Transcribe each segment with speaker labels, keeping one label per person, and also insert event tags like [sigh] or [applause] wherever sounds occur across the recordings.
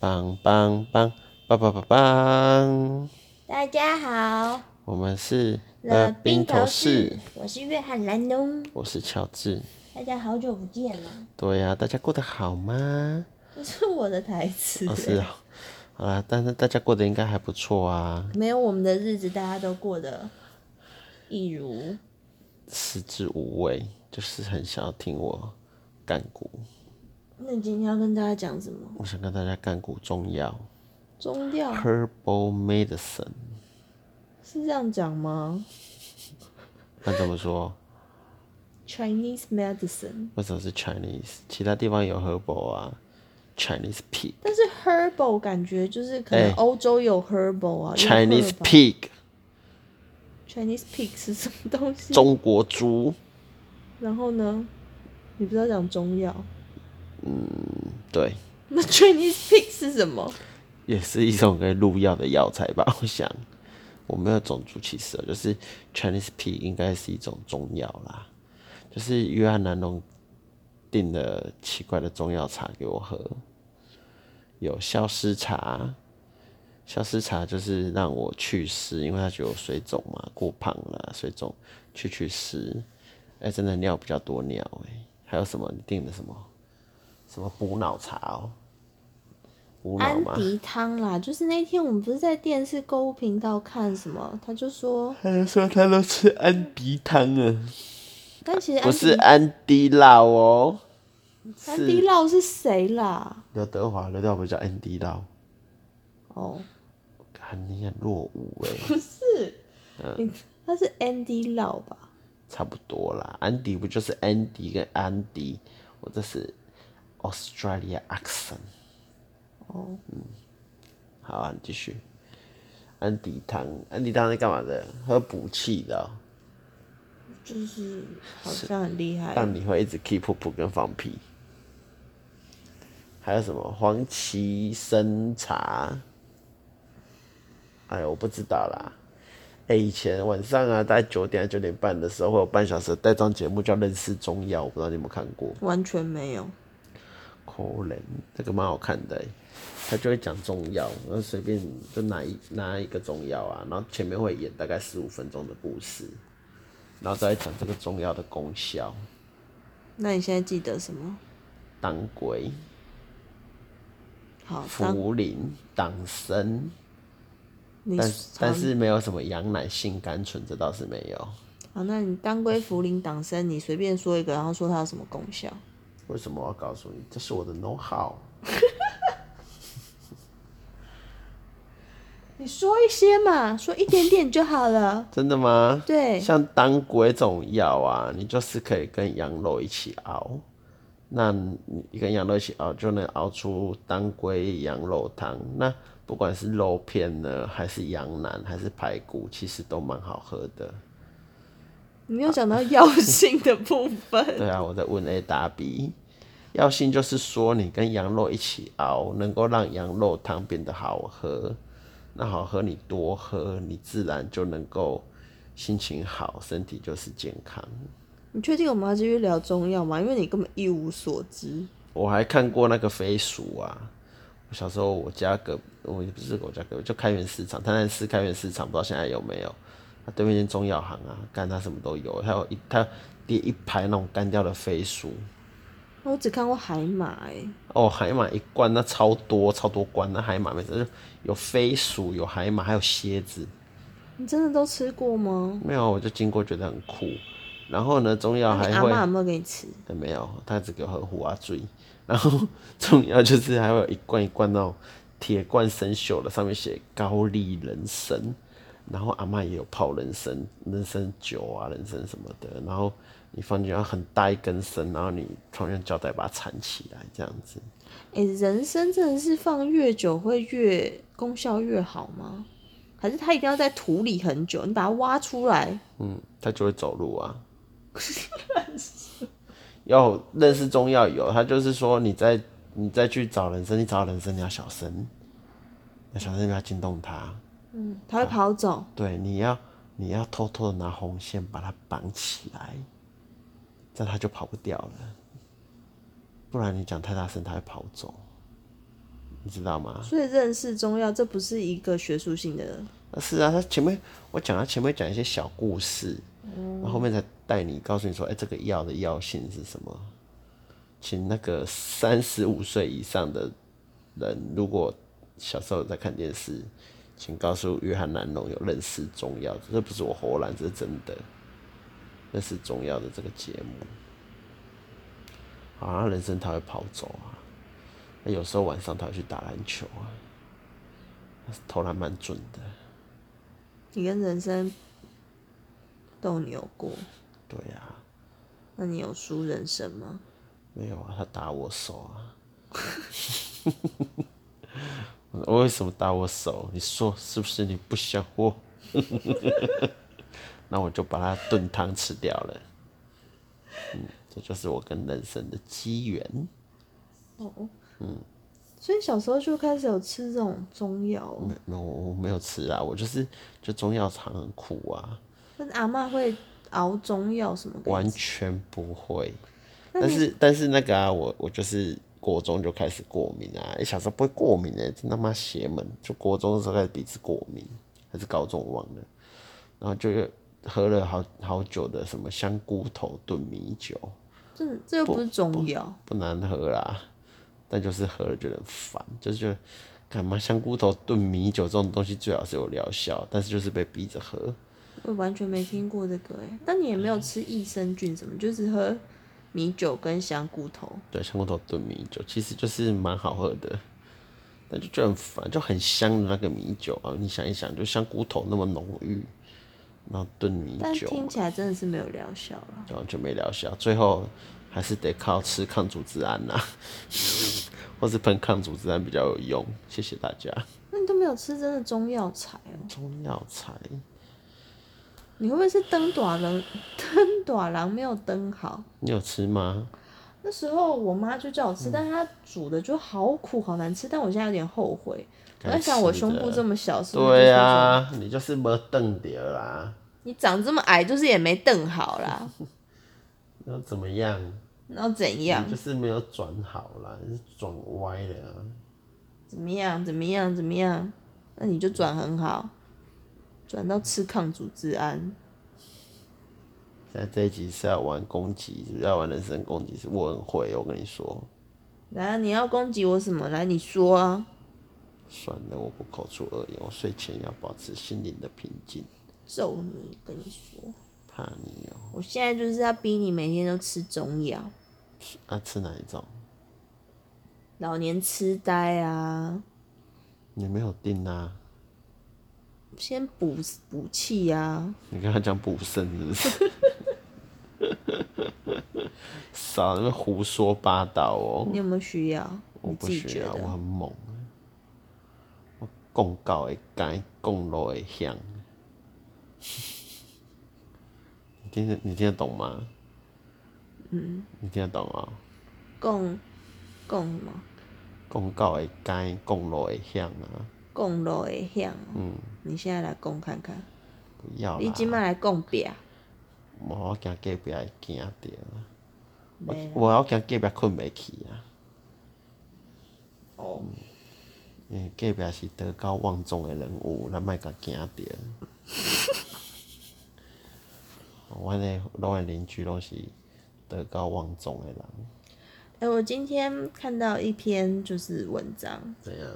Speaker 1: 梆梆梆，梆梆梆梆，
Speaker 2: 大家好，呃
Speaker 1: 我们是了
Speaker 2: 了
Speaker 1: 呃冰头士，，
Speaker 2: 我是约翰兰农，
Speaker 1: 我是乔治。
Speaker 2: 大家好久不见了，
Speaker 1: 对呀、大家过得好吗？
Speaker 2: 这是我的台词、
Speaker 1: 哦，是哦。好啦，但是大家过得应该还不错啊，
Speaker 2: 没有我们的日子，大家都过得一如
Speaker 1: 食之无味，就是很想要听我干股。
Speaker 2: 那你今天要跟大家讲什么？
Speaker 1: 我想跟大家干股中药
Speaker 2: 中调
Speaker 1: （herbal medicine）。
Speaker 2: 是这样讲吗
Speaker 1: 那怎么说？
Speaker 2: ？Chinese medicine，
Speaker 1: 为什么是 Chinese？其他地方有 herbal 啊，Chinese pig。
Speaker 2: 但是 herbal 感觉就是可能
Speaker 1: 哎
Speaker 2: 欧洲有 herbal 啊、有
Speaker 1: Chinese
Speaker 2: herb 啊
Speaker 1: pig，
Speaker 2: Chinese pig 是什么东西？
Speaker 1: 中国猪，
Speaker 2: 然后呢？你不是要讲中药？
Speaker 1: 对，
Speaker 2: 那 Chinese pig 是什么？
Speaker 1: 也是一种跟入药的药材吧。 [laughs] 我想，我没有种族歧视哦，就是 Chinese pig 应该是一种中药啦，就是约翰南农订了奇怪的中药茶给我喝，有消失茶。消失茶就是让我去湿，因为他觉得我水肿嘛，过胖啦，水肿去去湿。哎、真的尿比较多尿哎、还有什么你订的什么什么补脑茶哦、补脑
Speaker 2: 安
Speaker 1: 吗？
Speaker 2: 迪汤啦，就是那天我们不是在电视购物频道看什么，他
Speaker 1: [laughs]
Speaker 2: 就说，
Speaker 1: 他就说他都吃安迪汤了，
Speaker 2: 但其实安
Speaker 1: 不
Speaker 2: 迪
Speaker 1: 是安迪老哦，
Speaker 2: 安迪酪是谁啦？
Speaker 1: 刘德华，刘德华不叫安迪老，
Speaker 2: 哦，
Speaker 1: 看你很落伍哎，
Speaker 2: 不是，
Speaker 1: 嗯
Speaker 2: 你他是 Andy 酪吧？
Speaker 1: 差不多啦，安迪不就是安迪跟安迪，我这是 Australia accent，嗯
Speaker 2: 哦，
Speaker 1: 好啊，你继续，安迪汤，安迪汤是干嘛的？喝补气的哦、
Speaker 2: 就是好像很厉害。
Speaker 1: 让你会一直 keep 噗噗跟放屁，还有什么黄芪参茶？哎，我不知道啦。哎、以前晚上啊，大概九点九点半的时候，会有半小时的带妆节目叫《认识中药》，我不知道你有没有看过。
Speaker 2: 完全没有，
Speaker 1: 可能这个蛮好看的欸，他就会讲中药，然后随便就拿一拿一个中药啊，然后前面会演大概十五分钟的故事，然后再讲这个中药的功效。
Speaker 2: 那你现在记得什么？
Speaker 1: 当归、
Speaker 2: 好，当
Speaker 1: 茯苓、党参，
Speaker 2: 你
Speaker 1: 但但
Speaker 2: 好
Speaker 1: 是没有什么羊奶、杏甘醇，这倒是没有。
Speaker 2: 好，那你当归、茯苓、党参，你随便说一个，然后说它有什么功效？
Speaker 1: 为什么我要告诉你？这是我的 know how。
Speaker 2: 你说一些嘛，说一点点就好了。
Speaker 1: 真的吗？
Speaker 2: 对
Speaker 1: 像当归这种药啊，你就是可以跟羊肉一起熬。那你跟羊肉一起熬，就能熬出当归羊肉汤。那不管是肉片呢，还是羊腩，还是排骨，其实都蛮好喝的。
Speaker 2: 你没有讲到药性的部分。
Speaker 1: 对啊，我在问 A 答 B。药性就是说，你跟羊肉一起熬，能够让羊肉汤变得好喝。那好喝，你多喝，你自然就能够心情好，身体就是健康。
Speaker 2: 你确定我们要继续聊中药吗？因为你根本一无所知。
Speaker 1: 我还看过那个飞鼠啊。我小时候我家隔，我也不是我家隔壁，就开元市场，台南市开元市场，不知道现在有没有。它对面间中药行啊，干它什么都有，它有一它列一排那种干掉的飞鼠。
Speaker 2: 我只看过海马、欸，
Speaker 1: 哦，海马一罐那超多超多罐，那海马每次就有飞鼠，有海马，还有蝎子。
Speaker 2: 你真的都吃过吗？
Speaker 1: 没有，我就经过觉得很酷。然后呢，中药
Speaker 2: 那你
Speaker 1: 还
Speaker 2: 阿
Speaker 1: 会
Speaker 2: 妈有没有给你吃？
Speaker 1: 欸没有，他只给我喝胡阿醉。然后 [laughs] 重要就是还会有一罐一罐那种铁罐生锈的，上面写高丽人参。然后阿嬷也有泡人参、人参酒啊、人参什么的。然后你放进去，然后很大一根参，然后你从用胶带把它缠起来，这样子。
Speaker 2: 哎、人参真的是放越久会越功效越好吗？还是它一定要在土里很久？你把它挖出来，
Speaker 1: 嗯，他就会走路啊。要认识中药有，他就是说你再你再去找人参，你找到人参你要小心，要小心不要惊动它。
Speaker 2: 它会跑走。
Speaker 1: 对，你要你要偷偷的拿红线把它绑起来，这样它就跑不掉了。不然你讲太大声，它会跑走。你知道吗？
Speaker 2: 所以认识中药，这不是一个学术性的，
Speaker 1: 啊是啊，他前面我讲他前面讲一些小故事，然后后面才带你告诉你说，哎、这个药的药性是什么？请那个三十五岁以上的人，如果小时候有在看电视，请告诉约翰南农有认识中药，这不是我胡乱，这是真的。认识中药的这个节目，好像人生他会跑走啊，那有时候晚上他会去打篮球啊，他投篮蛮准的。
Speaker 2: 你跟人生斗牛过，
Speaker 1: 对呀、啊，
Speaker 2: 那你有输人生吗？
Speaker 1: 没有啊，他打我手啊。 [laughs] 我为什么打我手？你说是不是你不想我？ [laughs] 那我就把它炖汤吃掉了。嗯，这就是我跟人生的机缘。
Speaker 2: 所以小时候就开始有吃这种中药哦，
Speaker 1: 没没有，我没有吃啊，我就是就中药厂很苦啊，
Speaker 2: 但是阿嬷会熬中药什么给你
Speaker 1: 完全不会。但是但是那个啊，我我就是国中就开始过敏啊，欸、小时候不会过敏的、真他妈邪门！就国中的时候开始鼻子过敏，还是高中我忘了，然后就喝了好好久的什么香菇头炖米酒，
Speaker 2: 这这又不是中药，
Speaker 1: 不难喝啦，但就是喝了觉得很烦，就是觉得干嘛香菇头炖米酒这种东西最好是有疗效，但是就是被逼着喝。
Speaker 2: 我完全没听过这个哎。但你也没有吃益生菌什么，就只喝米酒跟香菇头。
Speaker 1: 对，香菇头炖米酒其实就是蛮好喝的，但就觉得很烦，就很香的那个米酒啊。你想一想，就香菇头那么浓郁，然后炖米
Speaker 2: 但
Speaker 1: 酒，啊
Speaker 2: 听起来真的是没有疗效了。
Speaker 1: 然后就没疗效，最后还是得靠吃抗组织胺呐、 [laughs] 或是喷抗组织胺比较有用。谢谢大家。
Speaker 2: 那你都没有吃真的中药材哦？
Speaker 1: 中药材
Speaker 2: 你会不会是登短人 [laughs] 登短郎没有登好？
Speaker 1: 你有吃吗？
Speaker 2: 那时候我妈就叫我
Speaker 1: 嗯
Speaker 2: 吃，但她煮的就好苦好难吃，但我现在有点后悔。我在想，我胸部这么小，是不是就是
Speaker 1: 对呀、啊，你就是没瞪掉啦，
Speaker 2: 你长这么矮，就是也没瞪好啦，
Speaker 1: 那怎么样？
Speaker 2: 然后怎样
Speaker 1: 你就是没有转好啦，你是转歪了啊。
Speaker 2: 怎么样怎么样怎么样，那你就转很好，转到吃抗组织胺，
Speaker 1: 现在这一集是要玩攻击，是不是要玩人身攻击？是我很会，我跟你说，
Speaker 2: 来啊，你要攻击我什么？来，你说啊，
Speaker 1: 算了，我不口出恶言，我睡前要保持心灵的平静，
Speaker 2: 揍你！跟你说，
Speaker 1: 怕你哦、
Speaker 2: 我现在就是要逼你每天都吃中药，
Speaker 1: 啊，吃哪一种？
Speaker 2: 老年痴呆啊，
Speaker 1: 你没有定啊？
Speaker 2: 先补补气啊，
Speaker 1: 你跟他讲补肾是不是？ [laughs] 少在那边胡说八道哦、
Speaker 2: 你有没有需要？
Speaker 1: 我
Speaker 2: 你
Speaker 1: 不
Speaker 2: 自己
Speaker 1: 需
Speaker 2: 觉
Speaker 1: 要，我
Speaker 2: 得
Speaker 1: 很猛。我讲告会干，讲路会响。 [laughs] 你听得你听得懂吗？嗯。你听得懂哦、
Speaker 2: 供供什么？
Speaker 1: 讲告会干，讲路会响啊！
Speaker 2: 供楼会响。嗯，你现在来供看看，
Speaker 1: 不要
Speaker 2: 你
Speaker 1: 啦，
Speaker 2: 今麦来供壁，
Speaker 1: 无我惊隔壁会惊着啊。我
Speaker 2: 没啦
Speaker 1: 我我惊隔壁困袂去啊，嗯
Speaker 2: 哦，
Speaker 1: 因为隔壁是德高望重的人物，咱莫甲惊着。 [laughs] 哦我的我的邻居拢是德高望重的人，
Speaker 2: 哎、我今天看到一篇就是文章，
Speaker 1: 怎样？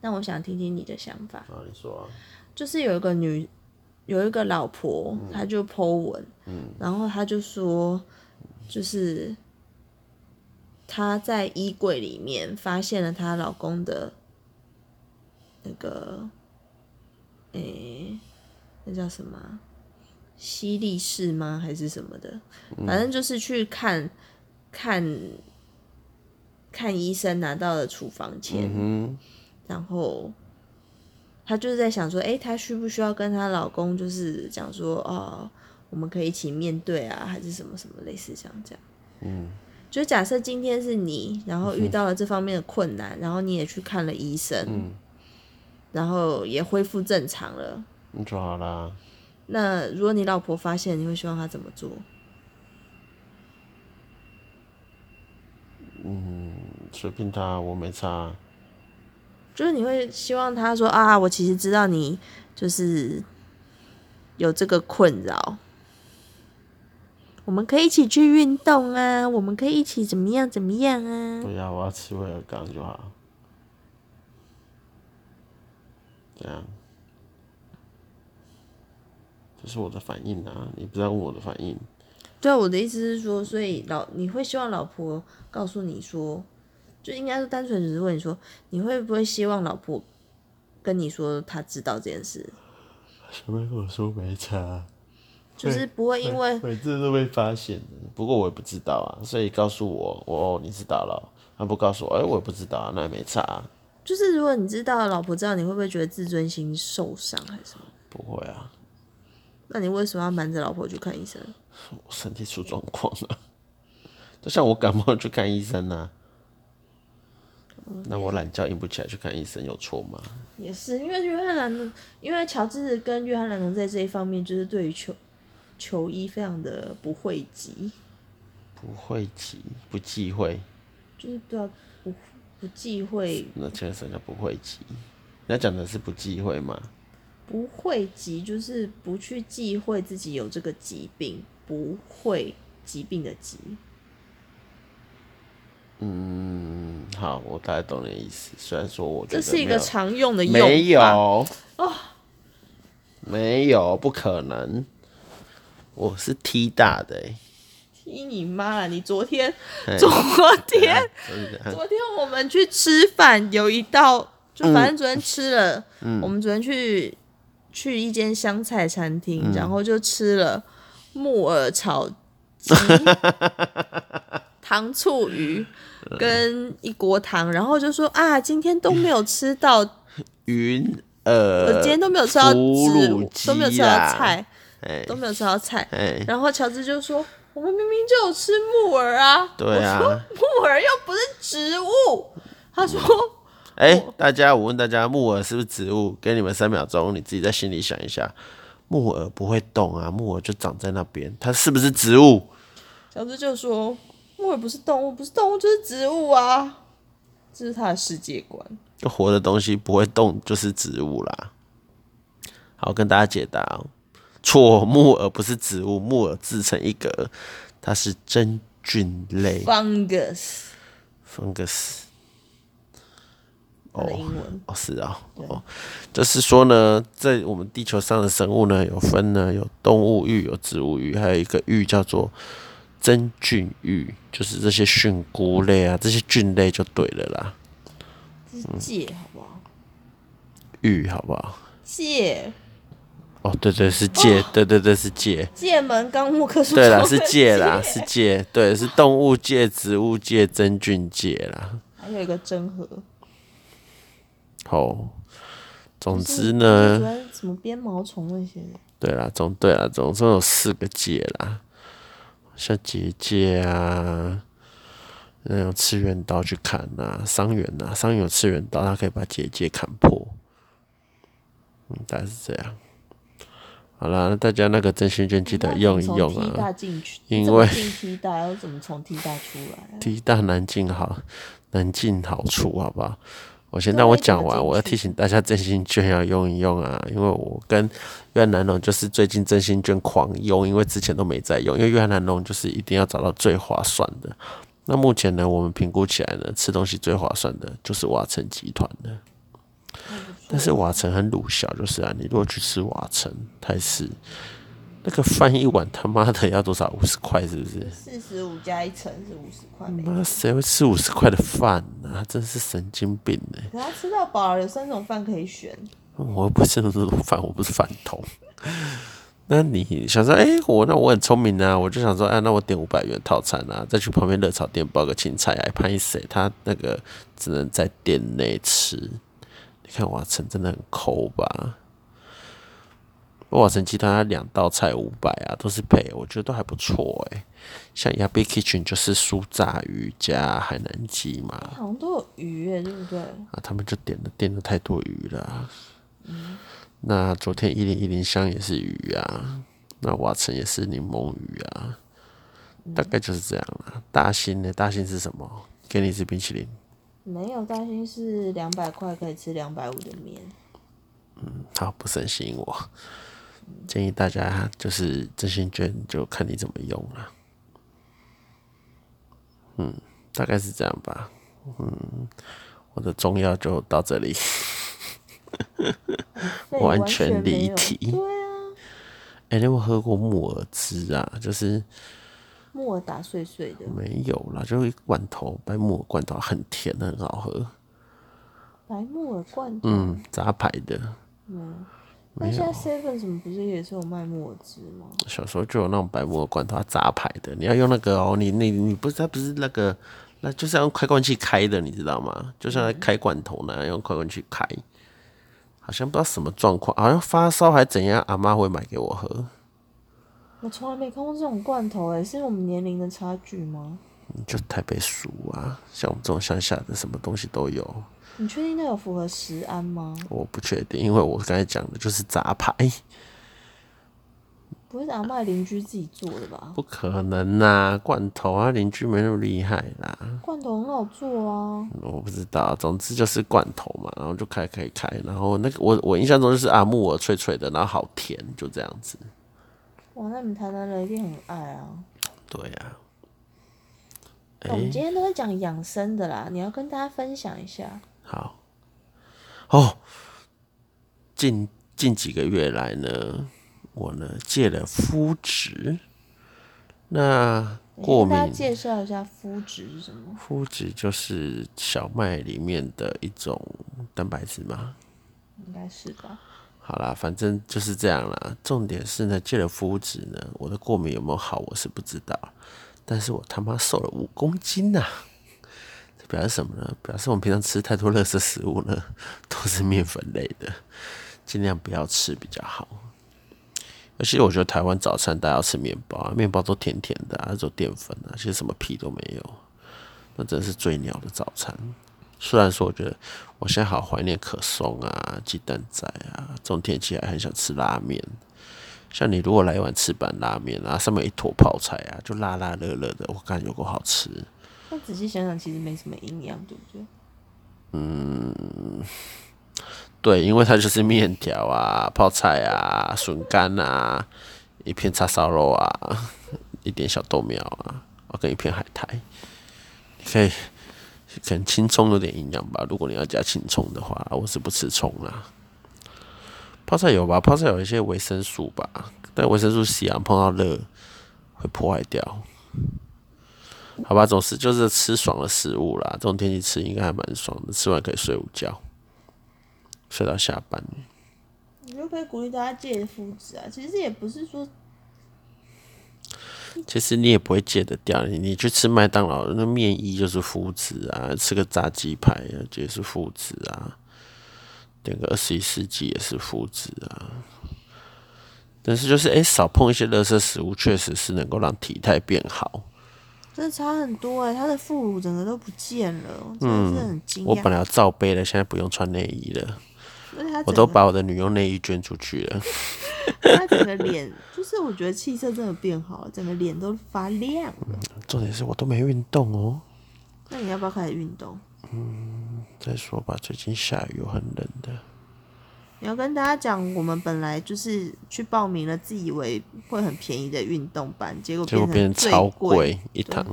Speaker 2: 但我想听听你的想法。
Speaker 1: 啊，你说、啊，
Speaker 2: 就是有一个女，有一个老婆，她就 Po 文，然后她就说，就是她在衣柜里面发现了她老公的那个，诶、那叫什么啊？吸力士吗？还是什么的？反正就是去看看看医生拿到的处方签，
Speaker 1: 嗯
Speaker 2: 然后她就是在想说，诶，她需不需要跟她老公就是讲说，哦，我们可以一起面对啊，还是什么什么类似像这样。嗯，就假设今天是你，然后遇到了这方面的困难，然后你也去看了医生，然后也恢复正常了。
Speaker 1: 哼，你就好啦。
Speaker 2: 那如果你老婆发现，你会希望她怎么做？
Speaker 1: 随便他，我没差。
Speaker 2: 就是你会希望他说啊，我其实知道你就是有这个困扰，我们可以一起去运动啊，我们可以一起怎么样怎么样啊。
Speaker 1: 不要，我要吃威尔刚就好。这样，这是我的反应啊！你不要问我的反应，
Speaker 2: 对啊，我的意思是说，所以老你会希望老婆告诉你说，就应该是单纯只是问你说，你会不会希望老婆跟你说她知道这件事，
Speaker 1: 小妹跟我说没差，啊
Speaker 2: 就是不会因
Speaker 1: [laughs]
Speaker 2: 为
Speaker 1: 每次都被发现的。不过我也不知道啊，所以告诉我，我、哦、你知道了。他不告诉我，哎、我也不知道、啊，那也没差啊、
Speaker 2: 就是如果你知道老婆知道，你会不会觉得自尊心受伤还是什么？
Speaker 1: 不会啊，
Speaker 2: 那你为什么要瞒着老婆去看医生？
Speaker 1: 我身体出状况了， [laughs] 就像我感冒去看医生呐、那我懒觉硬不起来去看医生有错吗？
Speaker 2: 也是因为约翰兰农，因为乔治跟约翰兰农在这一方面就是对于求求医非常的不讳疾，
Speaker 1: 不会急，不忌讳，
Speaker 2: 就是对啊，不不忌讳
Speaker 1: 那这个什么叫不会急？你要讲的是不忌讳吗？
Speaker 2: 不讳疾，就是不去忌讳自己有这个疾病，不会疾病的疾。
Speaker 1: 嗯，好，我大概懂你的意思。虽然说我觉
Speaker 2: 这
Speaker 1: 得
Speaker 2: 是一
Speaker 1: 没
Speaker 2: 个
Speaker 1: 有
Speaker 2: 常用的用法，
Speaker 1: 没有哦，没有，不可能。我是 T 大的、欸，
Speaker 2: 踢你妈啦！你昨天
Speaker 1: 哎
Speaker 2: 昨天
Speaker 1: 真的
Speaker 2: 昨天我们去吃饭，有一道就
Speaker 1: 嗯
Speaker 2: 反正昨天吃了，我们昨天去去一间湘菜餐
Speaker 1: 嗯
Speaker 2: 厅，然后就吃了木耳炒
Speaker 1: [laughs]
Speaker 2: 鸡、糖醋鱼
Speaker 1: 嗯
Speaker 2: 跟一锅汤，然后就说啊，今天都没有吃到，
Speaker 1: 云呃，
Speaker 2: 我今天都没有吃到
Speaker 1: 哺乳
Speaker 2: 汁，
Speaker 1: 鸡
Speaker 2: 都没有吃到
Speaker 1: 啦
Speaker 2: 菜，
Speaker 1: 哎
Speaker 2: 都没有吃到菜。
Speaker 1: 哎，
Speaker 2: 然后乔治就说：“我们明明就有吃木耳啊。”
Speaker 1: 对啊
Speaker 2: 我说：“木耳又不是植物。”他说：“
Speaker 1: 哎、大家，我问大家，木耳是不是植物？给你们三秒钟，你自己在心里想一下。木耳不会动啊，木耳就长在那边，它是不是植物？
Speaker 2: 乔治就说木耳不是动物，不是动物就是植物啊。”这是他的世界观。
Speaker 1: 就活的东西不会动就是植物啦。好，跟大家解答哦，错，木耳不是植物，木耳自成一格，它是真菌类
Speaker 2: Fungus，
Speaker 1: （fungus）。
Speaker 2: 他的英文。
Speaker 1: 哦，是啊、哦，就是说呢，在我们地球上的生物呢，有分呢，有动物域，有植物域，还有一个域叫做真菌域，就是这些菌菇类啊，这些菌类就对了啦，
Speaker 2: 这是芥，好不好？
Speaker 1: 域好不好？
Speaker 2: 芥，
Speaker 1: 哦，对对是介，对对对是介，
Speaker 2: 芥门纲目科属
Speaker 1: 对啦
Speaker 2: [laughs] 中
Speaker 1: 是
Speaker 2: 的
Speaker 1: 介啦是介，对是动物界、植物界、真菌界啦。
Speaker 2: 还有一个真核。
Speaker 1: 哦，总之
Speaker 2: 我
Speaker 1: 呢
Speaker 2: 喜，欢什么鞭毛虫那些的。
Speaker 1: 对啦，总对啦，总共有四个界啦，像结界啊，那种次元刀去砍啊，伤员啊，伤员有次元刀，他可以把结界砍破，嗯，大概是这样。好啦，那大家那个真心卷记得用一用
Speaker 2: 你怎么从 T
Speaker 1: 啊
Speaker 2: 大进去，
Speaker 1: 因
Speaker 2: 你怎么
Speaker 1: 为
Speaker 2: 进 T 大，要怎么从 T 大出来啊？
Speaker 1: ，T 大难进好，难进好处，好不好？我先
Speaker 2: 对
Speaker 1: 让
Speaker 2: 我
Speaker 1: 我
Speaker 2: 也觉得
Speaker 1: 讲完，
Speaker 2: 进
Speaker 1: 我要
Speaker 2: 去
Speaker 1: 提醒大家真心券要用一用啊，因为我跟越南龙就是最近真心券狂用，因为之前都没在用，因为越南龙就是一定要找到最划算的。那目前呢，我们评估起来呢，吃东西最划算的就是瓦城集团的。但是瓦城很鲁小，就是啊，你如果去吃瓦城泰式，那个饭一碗他妈的要多少？五十块是不是？
Speaker 2: 四十五加一层是五十块美金。
Speaker 1: 妈，谁会吃五十块的饭啊？真是神经病呢、
Speaker 2: 可他吃到饱了，有三种饭可以选。
Speaker 1: 我又不是那种反，我不是反同。那你想说，哎、我那我很聪明啊，我就想说，哎、那我点五百元套餐啊，再去旁边热炒店包个青菜啊来拍谁？他那个只能在店内吃。你看瓦城真的很抠吧？瓦城集团它两道菜五百啊，都是配，我觉得都还不错哎、像 Yabi Kitchen 就是酥炸鱼加海南鸡嘛，
Speaker 2: 好像都有鱼耶，对不对？
Speaker 1: 啊，他们就点了点了太多鱼了啊、那昨天一零一零香也是鱼啊，那瓦城也是柠檬鱼啊，大概就是这样啦。大兴呢？大兴是什么？给你一支冰淇淋。
Speaker 2: 没有担心是两百块可以吃两百五的面。
Speaker 1: 好，不是很吸引我。建议大家就是真心捐，就看你怎么用了、嗯，大概是这样吧。嗯，我的中药就到这里。
Speaker 2: 所以
Speaker 1: 完
Speaker 2: 完
Speaker 1: 全
Speaker 2: 没
Speaker 1: 离
Speaker 2: 有
Speaker 1: 题
Speaker 2: 对啊，
Speaker 1: 哎、你有没有喝过木耳汁啊？就是
Speaker 2: 木耳打碎碎的，
Speaker 1: 没有啦，就是一罐头白木耳罐头，很甜，很好喝。
Speaker 2: 白木耳罐头。
Speaker 1: 嗯，杂牌的，
Speaker 2: 那现在 Seven 什么不是也是有卖木耳汁吗？
Speaker 1: 小时候就有那种白木耳罐头，它杂牌的，你要用那个哦，你你你不是它不是那个，那就是要用开罐器开的，你知道吗？就像在开罐头那样，用开罐器开。好像不知道什么状况，好像发烧还怎样，阿妈会买给我喝。
Speaker 2: 我从来没看过这种罐头、欸，哎，是我们年龄的差距吗？
Speaker 1: 就台北熟啊，像我们这种乡下的，什么东西都有。
Speaker 2: 你确定那有符合食安吗？
Speaker 1: 我不确定，因为我刚才讲的就是杂牌，
Speaker 2: 不会是阿妈邻居自己做的吧？
Speaker 1: 不可能呐、罐头啊，邻居没那么厉害啦。
Speaker 2: 罐头很好做啊，
Speaker 1: 我不知道，总之就是罐头嘛，然后就开开开，然后那个我我印象中就是啊木耳脆脆的，然后好甜，就这样子。
Speaker 2: 哇，那你们台南人一定很爱啊。
Speaker 1: 对啊，
Speaker 2: 那我们今天都在讲养生的啦，你要跟大家分享一下。
Speaker 1: 好，哦，近近几个月来呢，我呢戒了麸质，那过
Speaker 2: 跟大
Speaker 1: 敏
Speaker 2: 家介绍一下肤质是什么？
Speaker 1: 麸质就是小麦里面的一种蛋白质嘛，
Speaker 2: 应该是吧？
Speaker 1: 好啦，反正就是这样啦。重点是呢，戒了麸质呢，我的过敏有没有好，我是不知道。但是我他妈瘦了五公斤呐、这表示什么呢？表示我们平常吃太多垃圾食物呢， [laughs] 都是面粉类的，尽量不要吃比较好。而且我觉得台湾早餐大家要吃面包、啊，面包都甜甜的、啊，那种淀粉啊，其实什么屁都没有，那真是最鸟的早餐。虽然说我觉得我现在好怀念可颂啊、鸡蛋仔啊，这种天气还很想吃拉面。像你如果来一碗赤坂拉面啊，上面有一坨泡菜啊，就辣辣热热的，我感觉有够好吃。
Speaker 2: 但仔细想想，其实没什么营养，对不对？
Speaker 1: 对，因为它就是面条啊、泡菜啊、笋干啊、一片叉烧肉啊、 [laughs] 一点小豆苗啊，哦跟一片海苔，你可以可能青葱有点营养吧。如果你要加青葱的话，我是不吃葱啦。泡菜有吧？泡菜有一些维生素吧，但维生素 C 啊碰到热会破坏掉。好吧，总之就是吃爽的食物啦。这种天气吃应该还蛮爽的，吃完可以睡午觉，睡到下班。
Speaker 2: 你就可以鼓励大家戒肤质啊。其实也不是说
Speaker 1: 其实你也不会戒得掉，你你去吃麦当劳那面衣就是麸质啊，吃个炸鸡排啊也是麸质啊，点个二十一世纪也是麸质啊。但是就是诶，少碰一些垃圾食物，确实是能够让体态变好。
Speaker 2: 真的差很多哎、欸，他的副乳整个都不见了，我真的是很惊
Speaker 1: 嗯我
Speaker 2: 讶。
Speaker 1: 本来要罩杯的，现在不用穿内衣了，
Speaker 2: 而且他
Speaker 1: 我
Speaker 2: 整
Speaker 1: 都
Speaker 2: 个
Speaker 1: 把我的女用内衣捐出去了。
Speaker 2: 他整个脸，就是我觉得气色真的变好了，整个脸都发亮了。
Speaker 1: 重点是我都没运动哦。
Speaker 2: 那你要不要开始运动？
Speaker 1: 再说吧，最近下雨又很冷的。
Speaker 2: 你要跟大家讲，我们本来就是去报名了，自以为会很便宜的运动班，结果
Speaker 1: 结果变
Speaker 2: 变
Speaker 1: 成
Speaker 2: 最
Speaker 1: 超
Speaker 2: 贵
Speaker 1: 贵。一堂。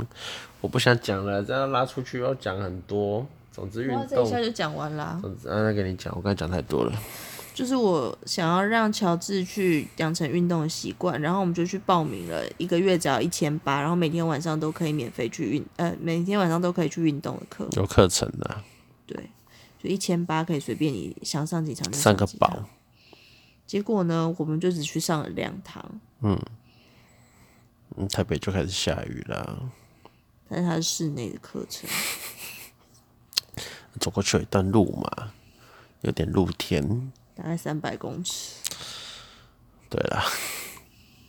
Speaker 1: 我不想讲了，这样拉出去要讲很多。总之运
Speaker 2: 哇，这一下
Speaker 1: 动，
Speaker 2: 就讲完啦。
Speaker 1: 总之啊，那跟你讲，我刚才讲太多了。
Speaker 2: 就是我想要让乔治去养成运动的习惯，然后我们就去报名了，一个月只要一千八，然后每天晚上都可以免费去运，呃，每天晚上都可以去运动的课，
Speaker 1: 有课程啊，
Speaker 2: 对，就一千八可以随便你想上几堂就
Speaker 1: 上个
Speaker 2: 几堂
Speaker 1: 宝。
Speaker 2: 结果呢，我们就只去上了两堂，
Speaker 1: 嗯，台北就开始下雨啦，
Speaker 2: 但是它是室内的课程，
Speaker 1: 走过去有一段路嘛，有点露天。
Speaker 2: 大概三百公尺，
Speaker 1: 对啦，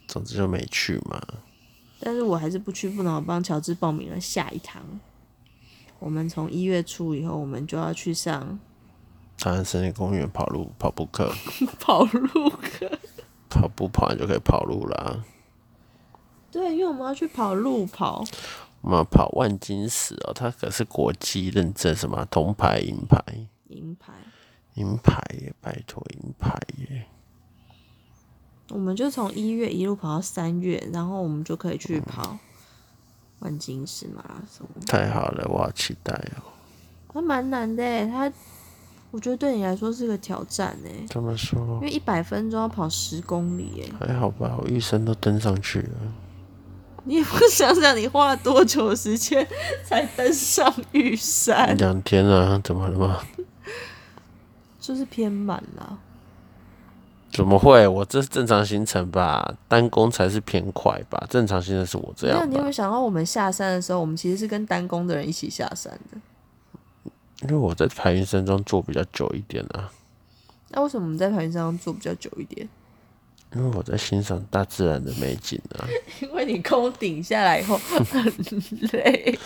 Speaker 1: 总之就没去嘛。
Speaker 2: 但是我还是不屈不挠，帮乔治报名了下一堂。我们从一月初以后，我们就要去上
Speaker 1: 台湾森林公园跑路跑步课，
Speaker 2: [laughs] 跑路课。
Speaker 1: 跑步跑完就可以跑路啦。
Speaker 2: 对，因为我们要去跑路跑，
Speaker 1: 我们跑万金石哦，它可是国际认证什么啊铜牌、银牌、
Speaker 2: 银牌，
Speaker 1: 银牌耶，拜托银牌耶。
Speaker 2: 我们就从一月一路跑到三月，然后我们就可以去跑万金石马拉松。
Speaker 1: 太好了，我好期待哦！
Speaker 2: 它蛮难的欸，它我觉得对你来说是个挑战哎，
Speaker 1: 这么说
Speaker 2: 因为一百分钟要跑十公里哎，
Speaker 1: 还好吧，我预生都登上去了。
Speaker 2: 你也不想想你花了多久的时间才登上玉山，
Speaker 1: 两天啊，怎么了吗？
Speaker 2: [laughs] 就是偏满了。
Speaker 1: 怎么会？我这是正常行程吧？单攻才是偏快吧？正常行程是我这
Speaker 2: 那
Speaker 1: 样
Speaker 2: 你有没
Speaker 1: 吧？
Speaker 2: 有想到我们下山的时候，我们其实是跟单工的人一起下山的？
Speaker 1: 因为我在排云山庄坐比较久一点啊，
Speaker 2: 那为什么我们在盘云上坐比较久一点？
Speaker 1: 因为我在欣赏大自然的美景啊。
Speaker 2: [laughs] 因为你空顶下来以后很累。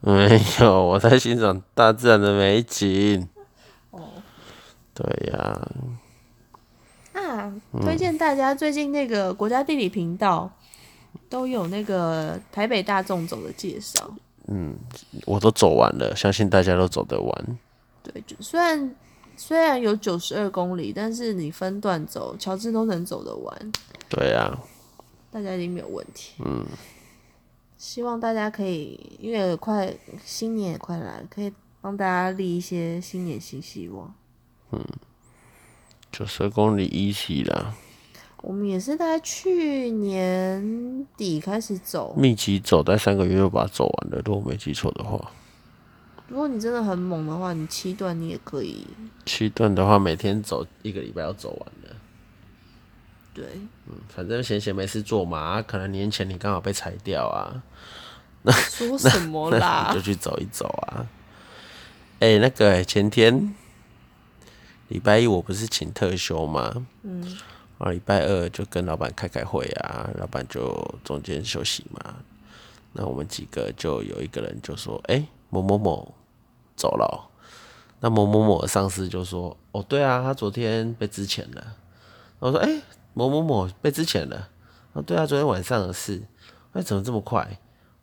Speaker 1: 没有，我在欣赏大自然的美景。
Speaker 2: 哦
Speaker 1: 对呀、
Speaker 2: [laughs] 啊，推荐大家最近那个国家地理频道都有那个台北大众走的介绍。
Speaker 1: 我都走完了，相信大家都走得完。
Speaker 2: 对，就虽然虽然有九十二公里，但是你分段走，乔治都能走得完，
Speaker 1: 对呀、
Speaker 2: 大家一定没有问题。嗯，希望大家可以，因为快新年也快来了，可以帮大家立一些新年新希望。
Speaker 1: 九十公里 easy 啦，
Speaker 2: 我们也是大概去年底开始走。
Speaker 1: 密集走在三个月就把它走完了，如果没记错的话。
Speaker 2: 如果你真的很猛的话，你七段你也可以。
Speaker 1: 七段的话，每天走一个礼拜要走完的。 [laughs]
Speaker 2: 对，
Speaker 1: 嗯反正闲闲没事做嘛，啊可能年前你刚好被裁掉啊，
Speaker 2: 说什么
Speaker 1: 那
Speaker 2: 啦
Speaker 1: [laughs] 你就？去走一走啊。哎、那个、欸、前天礼拜一我不是请特休嘛，嗯，啊，礼拜二就跟老板开开会啊，老板就中间休息嘛。那我们几个就有一个人就说：“哎、某某某走了哦、那某某某的上司就说：“哦，对啊，他昨天被支遣了。”然后我说：“哎、某某某被支遣了。”哦，对啊，昨天晚上的事。那怎么这么快？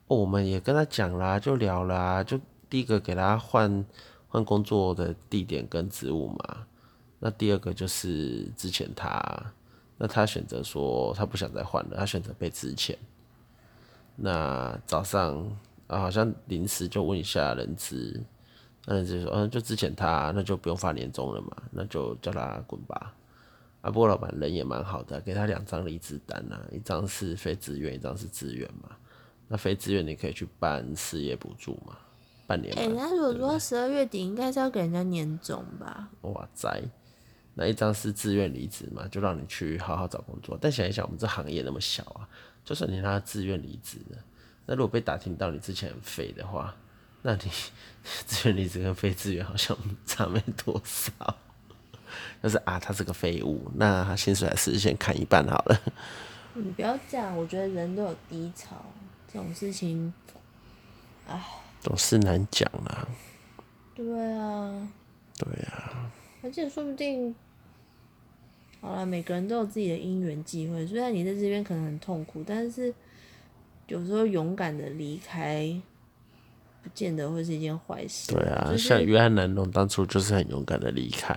Speaker 1: 哦，我们也跟他讲啦，就聊啦，就第一个给他换换工作的地点跟职务嘛。那第二个就是之前他，那他选择说他不想再换了，他选择被之前。那早上啊，好像临时就问一下人资，那人资就说，嗯、就之前他，那就不用发年终了嘛，那就叫他滚吧。啊，不过老板人也蛮好的，给他两张离职单啊，一张是非自愿，一张是自愿嘛。那非自愿你可以去办失业补助嘛，半年嘛。
Speaker 2: 哎、人家如果说十二月底，应该是要给人家年终吧？
Speaker 1: 哇塞，那一张是自愿离职嘛，就让你去好好找工作。但想一想，我们这行业那么小啊，就算你让他自愿离职了，那如果被打听到你之前很废的话，那你 [laughs] 自愿离职跟非自愿好像 [laughs] 差没多少。就是啊，他是个废物，那他薪水还是先砍一半好了。
Speaker 2: 你不要这样，我觉得人都有低潮，这种事情，
Speaker 1: 总是难讲啊啦，
Speaker 2: 对啊，
Speaker 1: 对呀、
Speaker 2: 而且说不定，好啦，每个人都有自己的因缘际会。虽然你在这边可能很痛苦，但是有时候勇敢的离开，不见得会是一件坏事。
Speaker 1: 对啊，
Speaker 2: 就是
Speaker 1: 像约翰南农当初就是很勇敢的离开，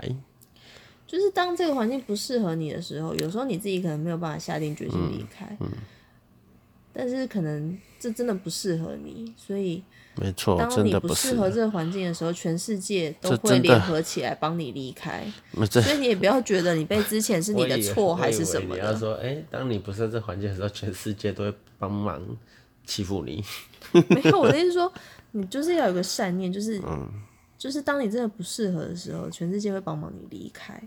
Speaker 2: 就是当这个环境不适合你的时候，有时候你自己可能没有办法下定决心离开，
Speaker 1: 嗯
Speaker 2: 但是可能这真的不适合你，所以
Speaker 1: 没错，
Speaker 2: 当
Speaker 1: 哦真
Speaker 2: 你
Speaker 1: 的
Speaker 2: 不适
Speaker 1: 是，啊
Speaker 2: 合这个环境的时候，全世界都
Speaker 1: 这
Speaker 2: 会
Speaker 1: 真的
Speaker 2: 联合起来帮你离开，
Speaker 1: 那这
Speaker 2: 所以你也不要觉得你被之前是你的错还是什么
Speaker 1: 我以为你要
Speaker 2: 的，
Speaker 1: 说，哎、当你不是在这环境的时候，全世界都会帮忙欺负你。
Speaker 2: [laughs] 没有，我的意思是说，你就是要有个善念，就是、
Speaker 1: 嗯
Speaker 2: 就是当你真的不适合的时候，全世界会帮忙你离开，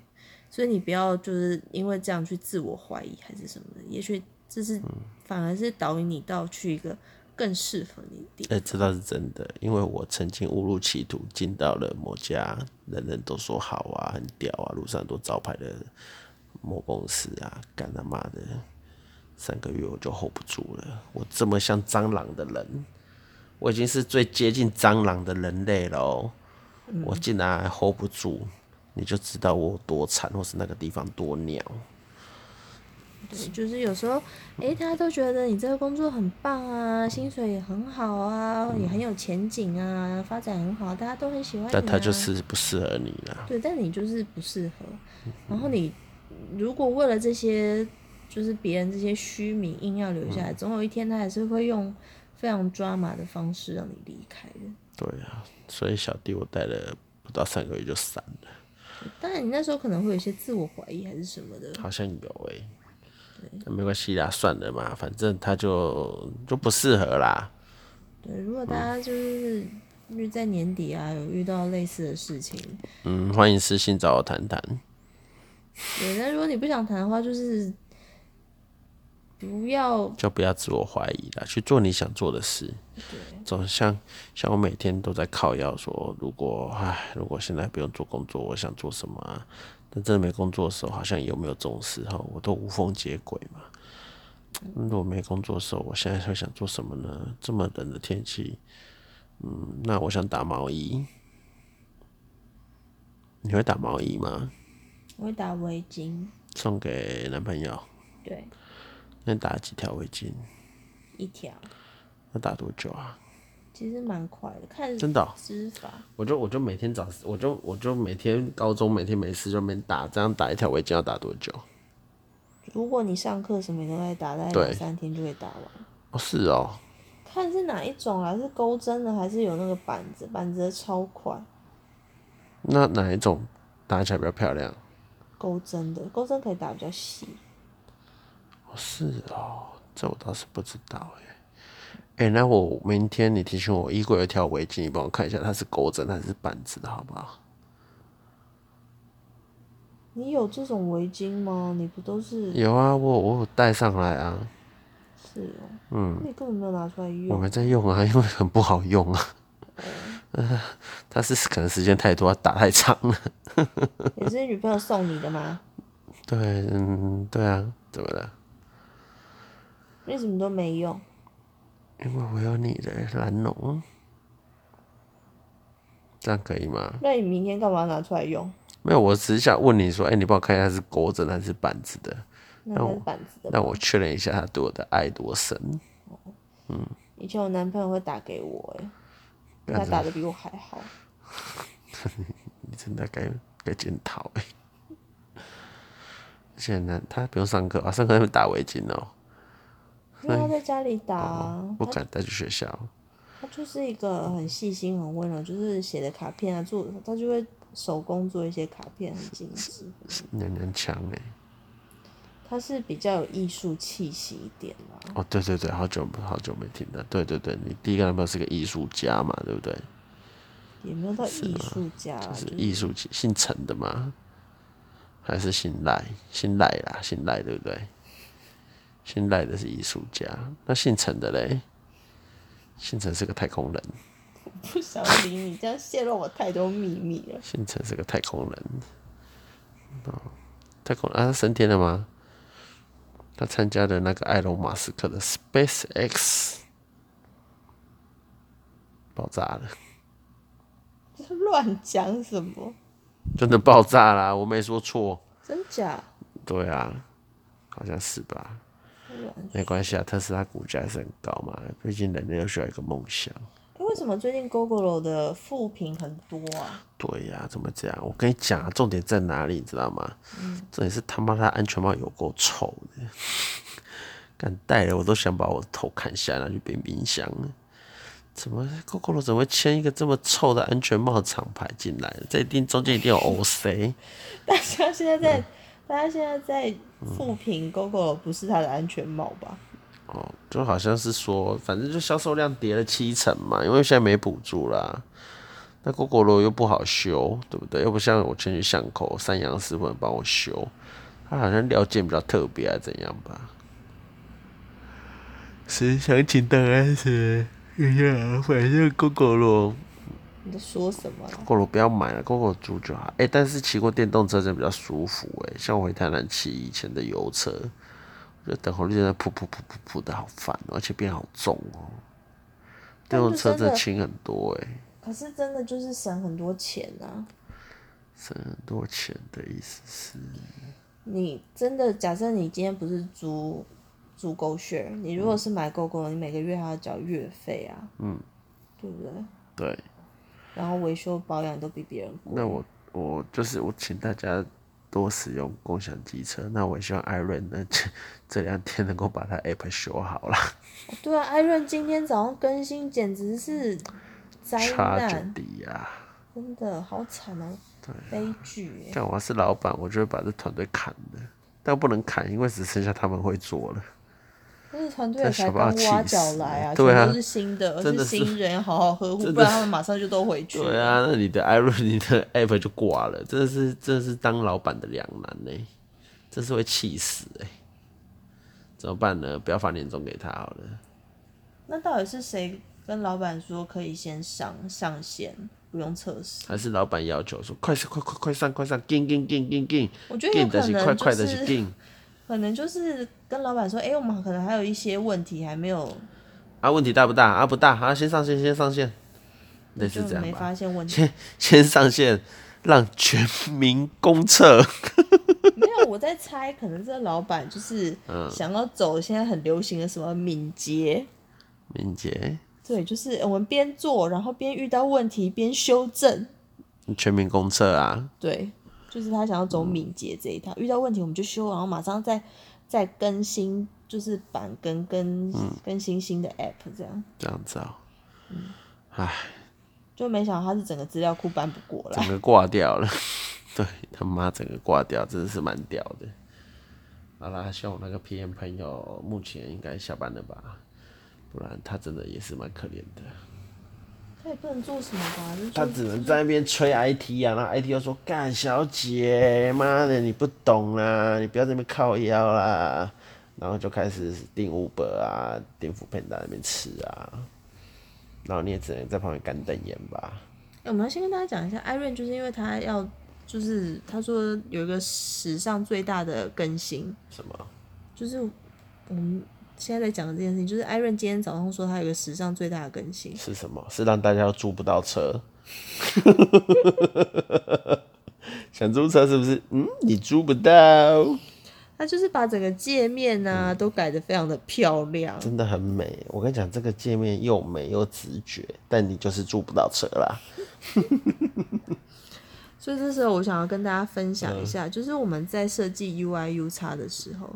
Speaker 2: 所以你不要就是因为这样去自我怀疑还是什么的，也许这是、
Speaker 1: 嗯
Speaker 2: 反而是导引你到去一个更适合你的地
Speaker 1: 哎、 [laughs] 这倒是真的，因为我曾经误入歧途，进到了某家人人都说好啊、很屌啊、路上很多招牌的某公司啊，干他妈的，三个月我就 hold 不住了。我这么像蟑螂的人，我已经是最接近蟑螂的人类了哦，
Speaker 2: 嗯
Speaker 1: 我竟然还 hold 不住，你就知道我有多惨，或是那个地方多鸟。
Speaker 2: 对，就是有时候，诶，大家都觉得你这个工作很棒啊，薪水也很好啊，也很有前景啊，发展很好，大家都很喜欢你、啊。
Speaker 1: 但他就是不适合你啦。
Speaker 2: 对，但你就是不适合。然后你如果为了这些，就是别人这些虚名硬要留下来，总有一天他还是会用非常抓马的方式让你离开的。
Speaker 1: 对啊，所以小弟我待了不到三个月就散了，
Speaker 2: 当然，你那时候可能会有一些自我怀疑还是什么的。
Speaker 1: 好像有诶、那没关系啦，算了嘛，反正他就就不适合啦。
Speaker 2: 对，如果大家就是遇在年底啊，有遇到类似的事情，
Speaker 1: 嗯，欢迎私信找我谈谈。
Speaker 2: 对，那如果你不想谈的话，就是不要
Speaker 1: 就不要自我怀疑了，去做你想做的事。总像像我每天都在靠药说，如果唉，如果现在不用做工作，我想做什么啊？但真的没工作的时候，好像有没有重视哈，我都无缝接轨嘛。嗯如果没工作的时候，我现在会想做什么呢？这么冷的天气，嗯，那我想打毛衣。你会打毛衣吗？
Speaker 2: 我会打围巾，
Speaker 1: 送给男朋友，
Speaker 2: 对，
Speaker 1: 那你打了几条围巾？
Speaker 2: 一条，
Speaker 1: 要打多久啊？
Speaker 2: 其实蛮快的，看
Speaker 1: 真的哦、
Speaker 2: 织法。
Speaker 1: 我就我就每天早，我就我就每天高中每天没事就没打，这样打一条围巾要打多久？
Speaker 2: 如果你上课什么都在打，大概
Speaker 1: 对
Speaker 2: 两三天就会打完。
Speaker 1: 哦，是哦，
Speaker 2: 看是哪一种啊啦，是钩针的还是有那个板子？板子的超快，
Speaker 1: 那哪一种打起来比较漂亮？
Speaker 2: 钩针的钩针可以打比较细。
Speaker 1: 哦，是哦，这我倒是不知道哎。哎、那我明天你提醒我衣柜有一条围巾，你帮我看一下它是钩针还是板子的好不好？
Speaker 2: 你有这种围巾吗？你不都是
Speaker 1: 有啊，我有我有带上来啊，
Speaker 2: 是哦、嗯，你根本没有拿出来
Speaker 1: 我
Speaker 2: 用。
Speaker 1: 没在用啊，因为很不好用啊。 [laughs] 它是可能时间太多，打太长了。
Speaker 2: 也是你女朋友送你的吗？
Speaker 1: 对，嗯，对啊，怎么了？
Speaker 2: 你怎么都没用？
Speaker 1: 因为我有你的蓝龙，这样可以吗？
Speaker 2: 那你明天干嘛拿出来用？
Speaker 1: 没有，我只是想问你说，哎、你帮我看一下是钩子的还是板子的？
Speaker 2: 那个是板子的吧。
Speaker 1: 让我确认一下他对我的爱多深。
Speaker 2: 以前我男朋友会打给我、欸，
Speaker 1: 不
Speaker 2: 他
Speaker 1: 然
Speaker 2: 打的比我还好。
Speaker 1: 你真的该该检讨哎。现在他不用上课啊，上课他们打围巾哦、
Speaker 2: 因为他在家里打、啊，
Speaker 1: 不敢带去学校。
Speaker 2: 他就是一个很细心、很温柔，就是写的卡片啊，做他就会手工做一些卡片，很精致。
Speaker 1: 娘娘腔哎、
Speaker 2: 他是比较有艺术气息一点啦。
Speaker 1: 哦，对对对，好久好久没听到。对对对，你第一个男朋友是个艺术家嘛，对不对？
Speaker 2: 也没有到艺术家啦，
Speaker 1: 是
Speaker 2: 就是
Speaker 1: 艺术家，姓陈的吗？还是姓赖？姓赖啦，姓赖对不对？姓赖的是艺术家，那姓陈的嘞？姓陈是个太空人，
Speaker 2: 不想理你，这样泄露我太多秘密了。
Speaker 1: 姓陈是个太空人。哦，太空人啊，他升天了吗？他参加了那个埃隆·马斯克的 SpaceX，爆炸了，
Speaker 2: 乱讲什么？
Speaker 1: 真的爆炸啦！我没说错，
Speaker 2: 真假？
Speaker 1: 对啊，好像是吧？
Speaker 2: 乱
Speaker 1: 没关系啊，特斯拉股价还是很高嘛，毕竟人类要需要一个梦想。
Speaker 2: 哎、为什么最近 GoGoRo 的负评很多啊？
Speaker 1: 对呀、怎么这样？我跟你讲啊，重点在哪里，你知道吗？重点是他妈他安全帽有够臭的， [laughs] 敢戴了我都想把我头砍下来拿去冰冰箱了。怎么 GoGo 怎么会签一个这么臭的安全帽厂牌进来？这一定中间一定有 OC。
Speaker 2: 大家现在
Speaker 1: [laughs]
Speaker 2: 在，大家现在在负评 GoGoRo 不是它的安全帽吧？
Speaker 1: 哦，就好像是说，反正就销售量跌了七成嘛，因为现在没补助啦。那果果楼又不好修，对不对？又不像我前去巷口三阳师傅能帮我修，他好像料件比较特别，还是怎样吧？是详情当然是，哎呀，反正果果楼，
Speaker 2: 你在说什么啊啦
Speaker 1: 果？果楼不要买啊了，果果租就好。哎、但是骑过电动车真的比较舒服哎、像我回台南骑以前的油车，我就等红绿灯噗噗噗噗噗的好烦哦、而且变好重哦、电
Speaker 2: 但
Speaker 1: 动
Speaker 2: 就
Speaker 1: 车
Speaker 2: 真
Speaker 1: 真的
Speaker 2: 的，
Speaker 1: 轻很多哎、
Speaker 2: 可是真的就是省很多钱啊！
Speaker 1: 省很多钱的意思是，
Speaker 2: 你真的假设你今天不是租租 Go Share，你如果是买 Go Go，你每个月还要缴月费啊，嗯，对不对？
Speaker 1: 对，
Speaker 2: 然后维修保养都比别人贵。
Speaker 1: 那我我就是我请大家多使用共享机车。那我也希望艾瑞呢这这两天能够把他 app 修好了，
Speaker 2: 对啊，艾润今天早上更新简直是灾
Speaker 1: 差着
Speaker 2: 难，
Speaker 1: 底呀、
Speaker 2: 真的好惨哦、悲剧欸
Speaker 1: 但我要是老板，我就会把这团队砍了，但不能砍，因为只剩下他们会做了。
Speaker 2: 那个团队也才
Speaker 1: 小
Speaker 2: 刚
Speaker 1: 巴气
Speaker 2: 挖
Speaker 1: 死
Speaker 2: 角来啊，
Speaker 1: 对啊
Speaker 2: 全都是新
Speaker 1: [laughs]
Speaker 2: 的，
Speaker 1: 真的是
Speaker 2: 新人，好
Speaker 1: [laughs]
Speaker 2: 好呵护，
Speaker 1: 真的
Speaker 2: 不然他们马上就都回去。
Speaker 1: 对啊，那你的艾瑞，你的 app 就挂了，真的是真的是当老板的两难呢、真是会气死哎、怎么办呢？不要发年终给他好了。
Speaker 2: 那到底是谁跟老板说可以先上上线，不用测试？
Speaker 1: 还是老板要求说快快快快上快上，进进进进进，
Speaker 2: 我觉得有
Speaker 1: 进
Speaker 2: 可
Speaker 1: 的
Speaker 2: 能
Speaker 1: 是
Speaker 2: 就是
Speaker 1: 快快的是进。
Speaker 2: 可能就是跟老板说，哎、我们可能还有一些问题还没有，
Speaker 1: 啊，问题大不大？啊，不大，啊，先上线，先上线，类似
Speaker 2: 就
Speaker 1: 这样
Speaker 2: 没
Speaker 1: 吧。
Speaker 2: 发现
Speaker 1: [laughs]
Speaker 2: 问题。
Speaker 1: 先先上线，让全民公测。
Speaker 2: 没有，我在猜，可能这个老板就是
Speaker 1: 嗯
Speaker 2: 想要走现在很流行的什么敏捷，
Speaker 1: 敏捷，
Speaker 2: 对，就是我们边做，然后边遇到问题边修正，
Speaker 1: 全民公测啊，
Speaker 2: 对，就是他想要走敏捷这一套，遇到问题我们就修，然后马上再再更新，就是版跟跟
Speaker 1: 嗯
Speaker 2: 更新新的 app 这样，
Speaker 1: 这样子啊、
Speaker 2: 就没想到他是整个资料库搬不过来
Speaker 1: 整。个挂掉了。 [laughs] 对他妈，整个挂掉，真的是蛮屌的。好啦，像我那个 PM 朋友，目前应该下班了吧？不然他真的也是蛮可怜的。
Speaker 2: 他也不能做什么吧，就
Speaker 1: 他
Speaker 2: 就
Speaker 1: 只能在那边吹 IT 啊，然后 IT 又说：“干小姐，妈的，你不懂啦，你不要在那边靠腰啦。”然后就开始订 Uber 啊，订福片在那边吃啊，然后你也只能在旁边干瞪眼吧。
Speaker 2: 欸我们要先跟大家讲一下，艾瑞就是因为他要，就是他说有一个史上最大的更新，
Speaker 1: 什么？
Speaker 2: 就是我们现在在讲的这件事情，就是艾瑞今天早上说他有一个史上最大的更新，
Speaker 1: 是什么？是让大家都租不到车。 [laughs] 想租车是不是？嗯，你租不到，
Speaker 2: 他就是把整个界面呢、啊都改得非常的漂亮，
Speaker 1: 真的很美。我跟你讲，这个界面又美又直觉，但你就是租不到车啦。
Speaker 2: 所以这时候我想要跟大家分享一下，就是我们在设计 UI U 叉的时候，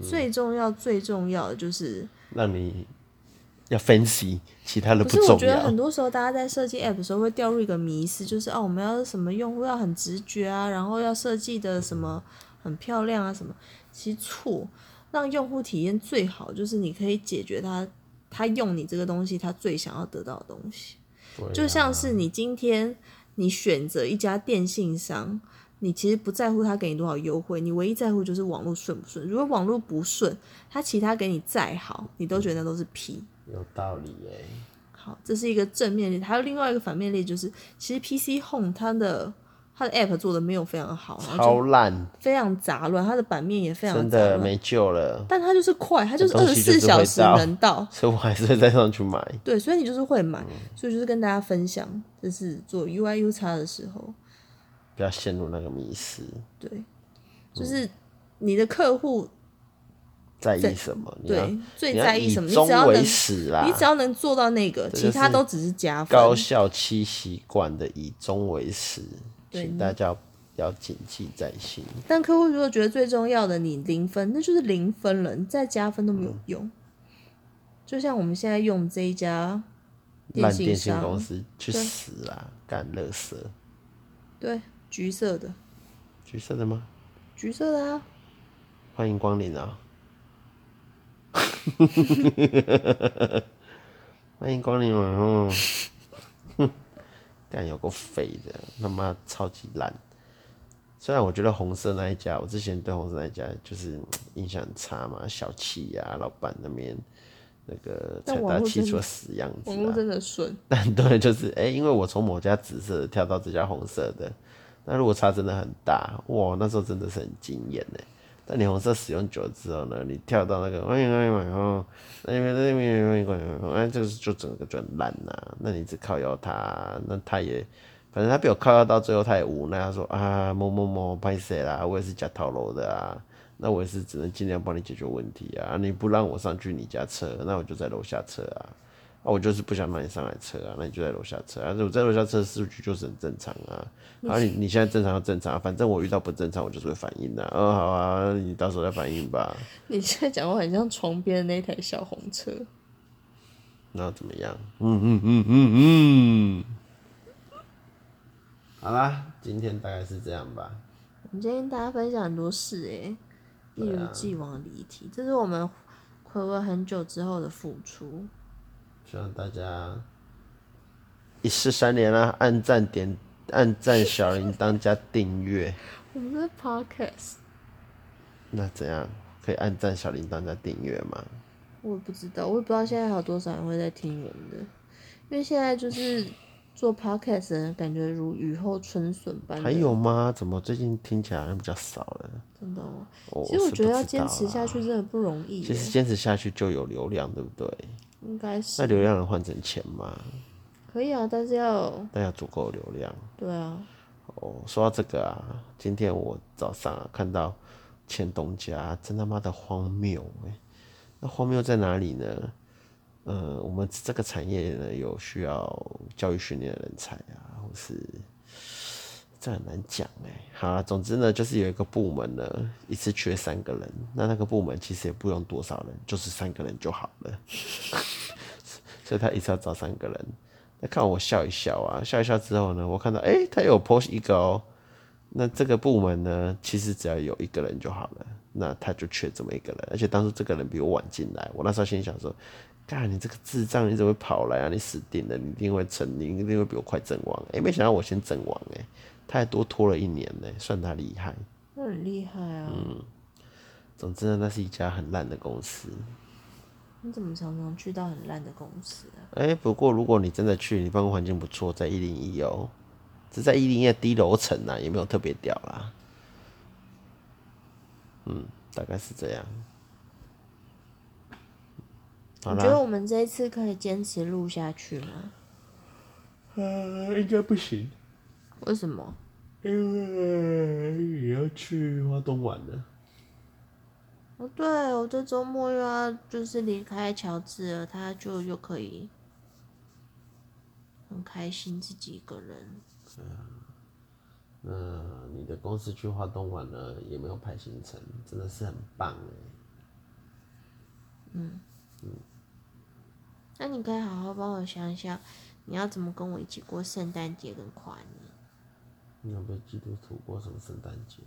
Speaker 2: 最重要最重要的就是
Speaker 1: 让你要分析，其他的不
Speaker 2: 可是我
Speaker 1: 重
Speaker 2: 觉得
Speaker 1: 要
Speaker 2: 很。多时候大家在设计 app 的时候会掉入一个迷思，就是哦，我们要什么用户要很直觉啊，然后要设计的什么很漂亮啊什么。其实错，让用户体验最好就是你可以解决他他用你这个东西他最想要得到的东西。就
Speaker 1: 啊
Speaker 2: 像是你今天你选择一家电信商，你其实不在乎他给你多少优惠，你唯一在乎就是网络顺不顺。如果网络不顺，他其他给你再好，你都觉得那都是屁。
Speaker 1: 啊有道理耶、
Speaker 2: 好，这是一个正面例子，还有另外一个反面例子，就是其实 PC Home 它的它的 App 做的没有非常好，然后
Speaker 1: 超
Speaker 2: 就
Speaker 1: 烂，
Speaker 2: 非常杂乱，它的版面也非常
Speaker 1: 真
Speaker 2: 杂
Speaker 1: 的
Speaker 2: 乱，
Speaker 1: 没救了。
Speaker 2: 但它就是快，它就是
Speaker 1: 这
Speaker 2: 二
Speaker 1: 东
Speaker 2: 十
Speaker 1: 西就
Speaker 2: 四
Speaker 1: 是
Speaker 2: 小时
Speaker 1: 会到
Speaker 2: 能到，
Speaker 1: 所以我还是会再上去买。
Speaker 2: 对，所以你就是会买，
Speaker 1: 嗯
Speaker 2: 所以就是跟大家分享，这是做 UI U 叉的时候，
Speaker 1: 不要陷入那个迷失，嗯
Speaker 2: 对，就是你的客户
Speaker 1: 在意什么？你要
Speaker 2: 对最
Speaker 1: 你要
Speaker 2: 在意
Speaker 1: 以
Speaker 2: 什么，你
Speaker 1: 终
Speaker 2: 只要能
Speaker 1: 为始啦
Speaker 2: 你。只要能做到那个，
Speaker 1: 就
Speaker 2: 其他
Speaker 1: 是
Speaker 2: 都只是加分。
Speaker 1: 高效期习惯的以终为始，请大家要谨记在心。
Speaker 2: 但客户如果觉得最重要的你零分，那就是零分了，你再加分都没有用。就像我们现在用这一家
Speaker 1: 烂
Speaker 2: 信
Speaker 1: 电信
Speaker 2: 商，
Speaker 1: 公司去
Speaker 2: 对
Speaker 1: 死啦！干乐色，
Speaker 2: 对，橘色的，
Speaker 1: 橘色的吗？
Speaker 2: 橘色的啊，
Speaker 1: 欢迎光临啊！ [laughs] 欢迎光临晚哦！ [laughs] 哼，干有够肥的，他妈超级烂。虽然我觉得红色那一家，我之前对红色那一家就是印象很差嘛，小气呀、老板那边那个
Speaker 2: 但
Speaker 1: 财
Speaker 2: 网
Speaker 1: 大
Speaker 2: 络
Speaker 1: 气
Speaker 2: 真
Speaker 1: 粗
Speaker 2: 的
Speaker 1: 的死样子
Speaker 2: 网络
Speaker 1: 啊。
Speaker 2: 真的顺，
Speaker 1: 但对，就是哎、因为我从某家紫色的跳到这家红色的，那落差真的很大，哇，那时候真的是很惊艳呢。但你红色使用久了之后呢，你跳到那个哎呀哎呀哎呀，那边那边那边哎，这个就整个就很烂呐、那你只靠摇它，那它也反正他被我靠到到最后，他也无奈，他说啊，某某某，拍谁啦？我也是假套楼的啊，那我也是只能尽量帮你解决问题啊。你不让我上去你家车，那我就在楼下车啊。啊，我就是不想让你上来车啊，那你就在楼下车啊。我在楼下车数据就是很正常啊。啊，你你现在正常就正常、啊，反正我遇到不正常我就是会反应的、啊。嗯、好啊，你到时候再反应吧。
Speaker 2: [laughs] 你现在讲话很像床边的那台小红车，
Speaker 1: 那怎么样？嗯嗯嗯嗯嗯。好啦，今天大概是这样吧。
Speaker 2: 我们今天跟大家分享很多事诶、一如既往的离题，这是我们回味很久之后的付出。
Speaker 1: 希望大家一式三连啦、按赞点按赞小铃铛加订阅。
Speaker 2: 我们的 podcast
Speaker 1: 那怎样？可以按赞小铃铛加订阅吗？
Speaker 2: 我也不知道，我也不知道现在还有多少人会在听我们的，因为现在就是做 podcast 的人感觉如雨后春笋般的。
Speaker 1: 还有吗？怎么最近听起来好像比较少了？
Speaker 2: 真的哦，
Speaker 1: 我
Speaker 2: 其实我
Speaker 1: 是
Speaker 2: 觉得
Speaker 1: 不
Speaker 2: 要
Speaker 1: 知
Speaker 2: 坚
Speaker 1: 道
Speaker 2: 持下
Speaker 1: 啦
Speaker 2: 去真的不容易
Speaker 1: 其
Speaker 2: 耶，
Speaker 1: 实坚持下去就有流量，对不对？
Speaker 2: 应该
Speaker 1: 那
Speaker 2: 是
Speaker 1: 流量能换成钱吗？
Speaker 2: 可以啊，但是要
Speaker 1: 但要足够的流量。
Speaker 2: 对啊，
Speaker 1: 哦，说到这个啊，今天我早上、啊、看到前东家，真他妈的荒谬哎、那荒谬在哪里呢？呃，我们这个产业呢，有需要教育训练的人才啊，或是这很难讲哎、好啊，总之呢，就是有一个部门呢，一次缺三个人，那那个部门其实也不用多少人，就是三个人就好了。 [laughs] 所以他一次要找三个人。那看我笑一笑啊，笑一笑之后呢，我看到诶，他有 post 一个哦。那这个部门呢，其实只要有一个人就好了，那他就缺这么一个人。而且当初这个人比我晚进来，我那时候心里想说，干你这个智障，你怎么会跑来啊？你死定了，你一定会成，你一定会比我快阵亡。诶，没想到我先阵亡诶，他还多拖了一年呢，算他厉害。
Speaker 2: 那很厉害啊。
Speaker 1: 嗯总之呢，那是一家很烂的公司。
Speaker 2: 你怎么常常去到很烂的公司啊？
Speaker 1: 哎、不过如果你真的去，你办公环境不错，在一零一哦，只在一零一低楼层啊，也没有特别屌啦。嗯，大概是这样。好
Speaker 2: 你觉得
Speaker 1: 啦，
Speaker 2: 我们这一次可以坚持录下去吗？
Speaker 1: 呃，应该不行，
Speaker 2: 为什么？
Speaker 1: 因为也要去花东玩了。
Speaker 2: 哦，对，我这周末又要就是离开乔治了，他就又可以很开心自己一个人。
Speaker 1: 那呃你的公司去花东玩了，也没有排行程，真的是很棒哎。
Speaker 2: 那你可以好好帮我想想，你要怎么跟我一起过圣诞节跟跨年？
Speaker 1: 你有被基督徒过什么圣诞节？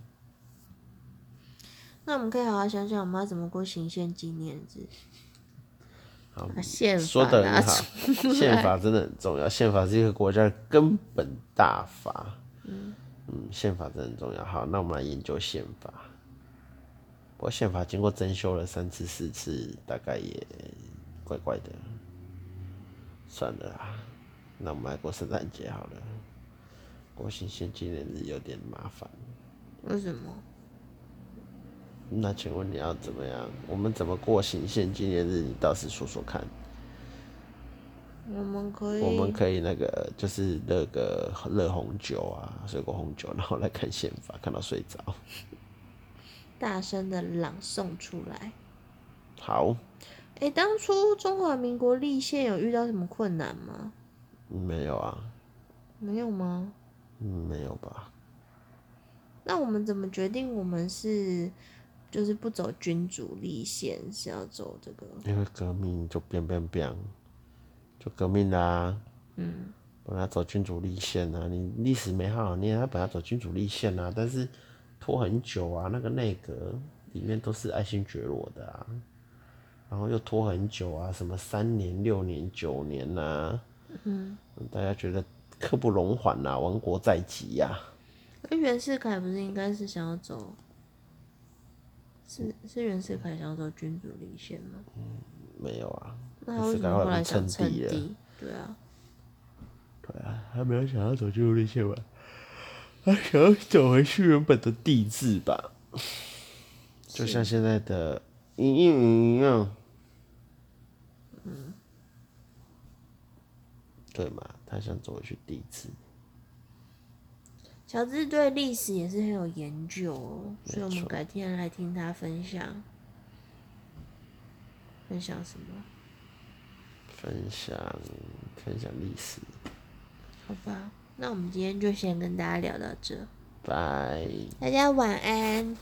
Speaker 2: 那我们可以好好想想，我们要怎么过行宪纪念日？
Speaker 1: [laughs] 好
Speaker 2: 啊，宪
Speaker 1: 说
Speaker 2: 法
Speaker 1: 的
Speaker 2: 拿
Speaker 1: 很好
Speaker 2: 出，
Speaker 1: 宪法真的很重要，宪法是一个国家的根本大法。嗯，宪法真的很重要。好，那我们来研究宪法。不过宪法经过征修了三次四次，大概也怪怪的。算了啦，那我们来过圣诞节好了。过新鲜纪念日有点麻烦。
Speaker 2: [laughs] 为什么？
Speaker 1: 那请问你要怎么样？我们怎么过行宪纪念日？你倒是说说看。
Speaker 2: 我们可以，
Speaker 1: 我们可以那个就是热个热红酒啊，水果红酒，然后来看宪法，看到睡着。
Speaker 2: 大声的朗诵出来。
Speaker 1: 好，
Speaker 2: 诶，当初中华民国立宪有遇到什么困难吗？
Speaker 1: 没有啊，
Speaker 2: 没有吗？
Speaker 1: 嗯没有吧？
Speaker 2: 那我们怎么决定我们是就是不走君主立宪，是要走这个？
Speaker 1: 因为革命就变变变，啊就革命啦、嗯，本来走君主立宪啊，你历史没好好念，他本来走君主立宪啊，但是拖很久啊，那个内阁里面都是爱新觉罗的啊，然后又拖很久啊，什么三年、六年、九年呐、嗯，大家觉得刻不容缓呐、亡国在即啊呀、
Speaker 2: 那袁世凯不是应该是想要走？是是袁世凯想要走君主立宪吗？
Speaker 1: 没有啊，
Speaker 2: 那他为什么后来想称
Speaker 1: 袁世凯后来称
Speaker 2: 帝？对啊，
Speaker 1: 还没有想要走君主立宪吧？他想要走回去原本的帝制吧，就像现在的一一一样，嗯，对嘛？他想走回去帝制，
Speaker 2: 乔治对历史也是很有研究哦，所以我
Speaker 1: 没
Speaker 2: 们
Speaker 1: 错
Speaker 2: 改天来听他分享。分享什么？
Speaker 1: 分享分享历史，
Speaker 2: 好吧，那我们今天就先跟大家聊到这，
Speaker 1: 拜。
Speaker 2: 大家晚安。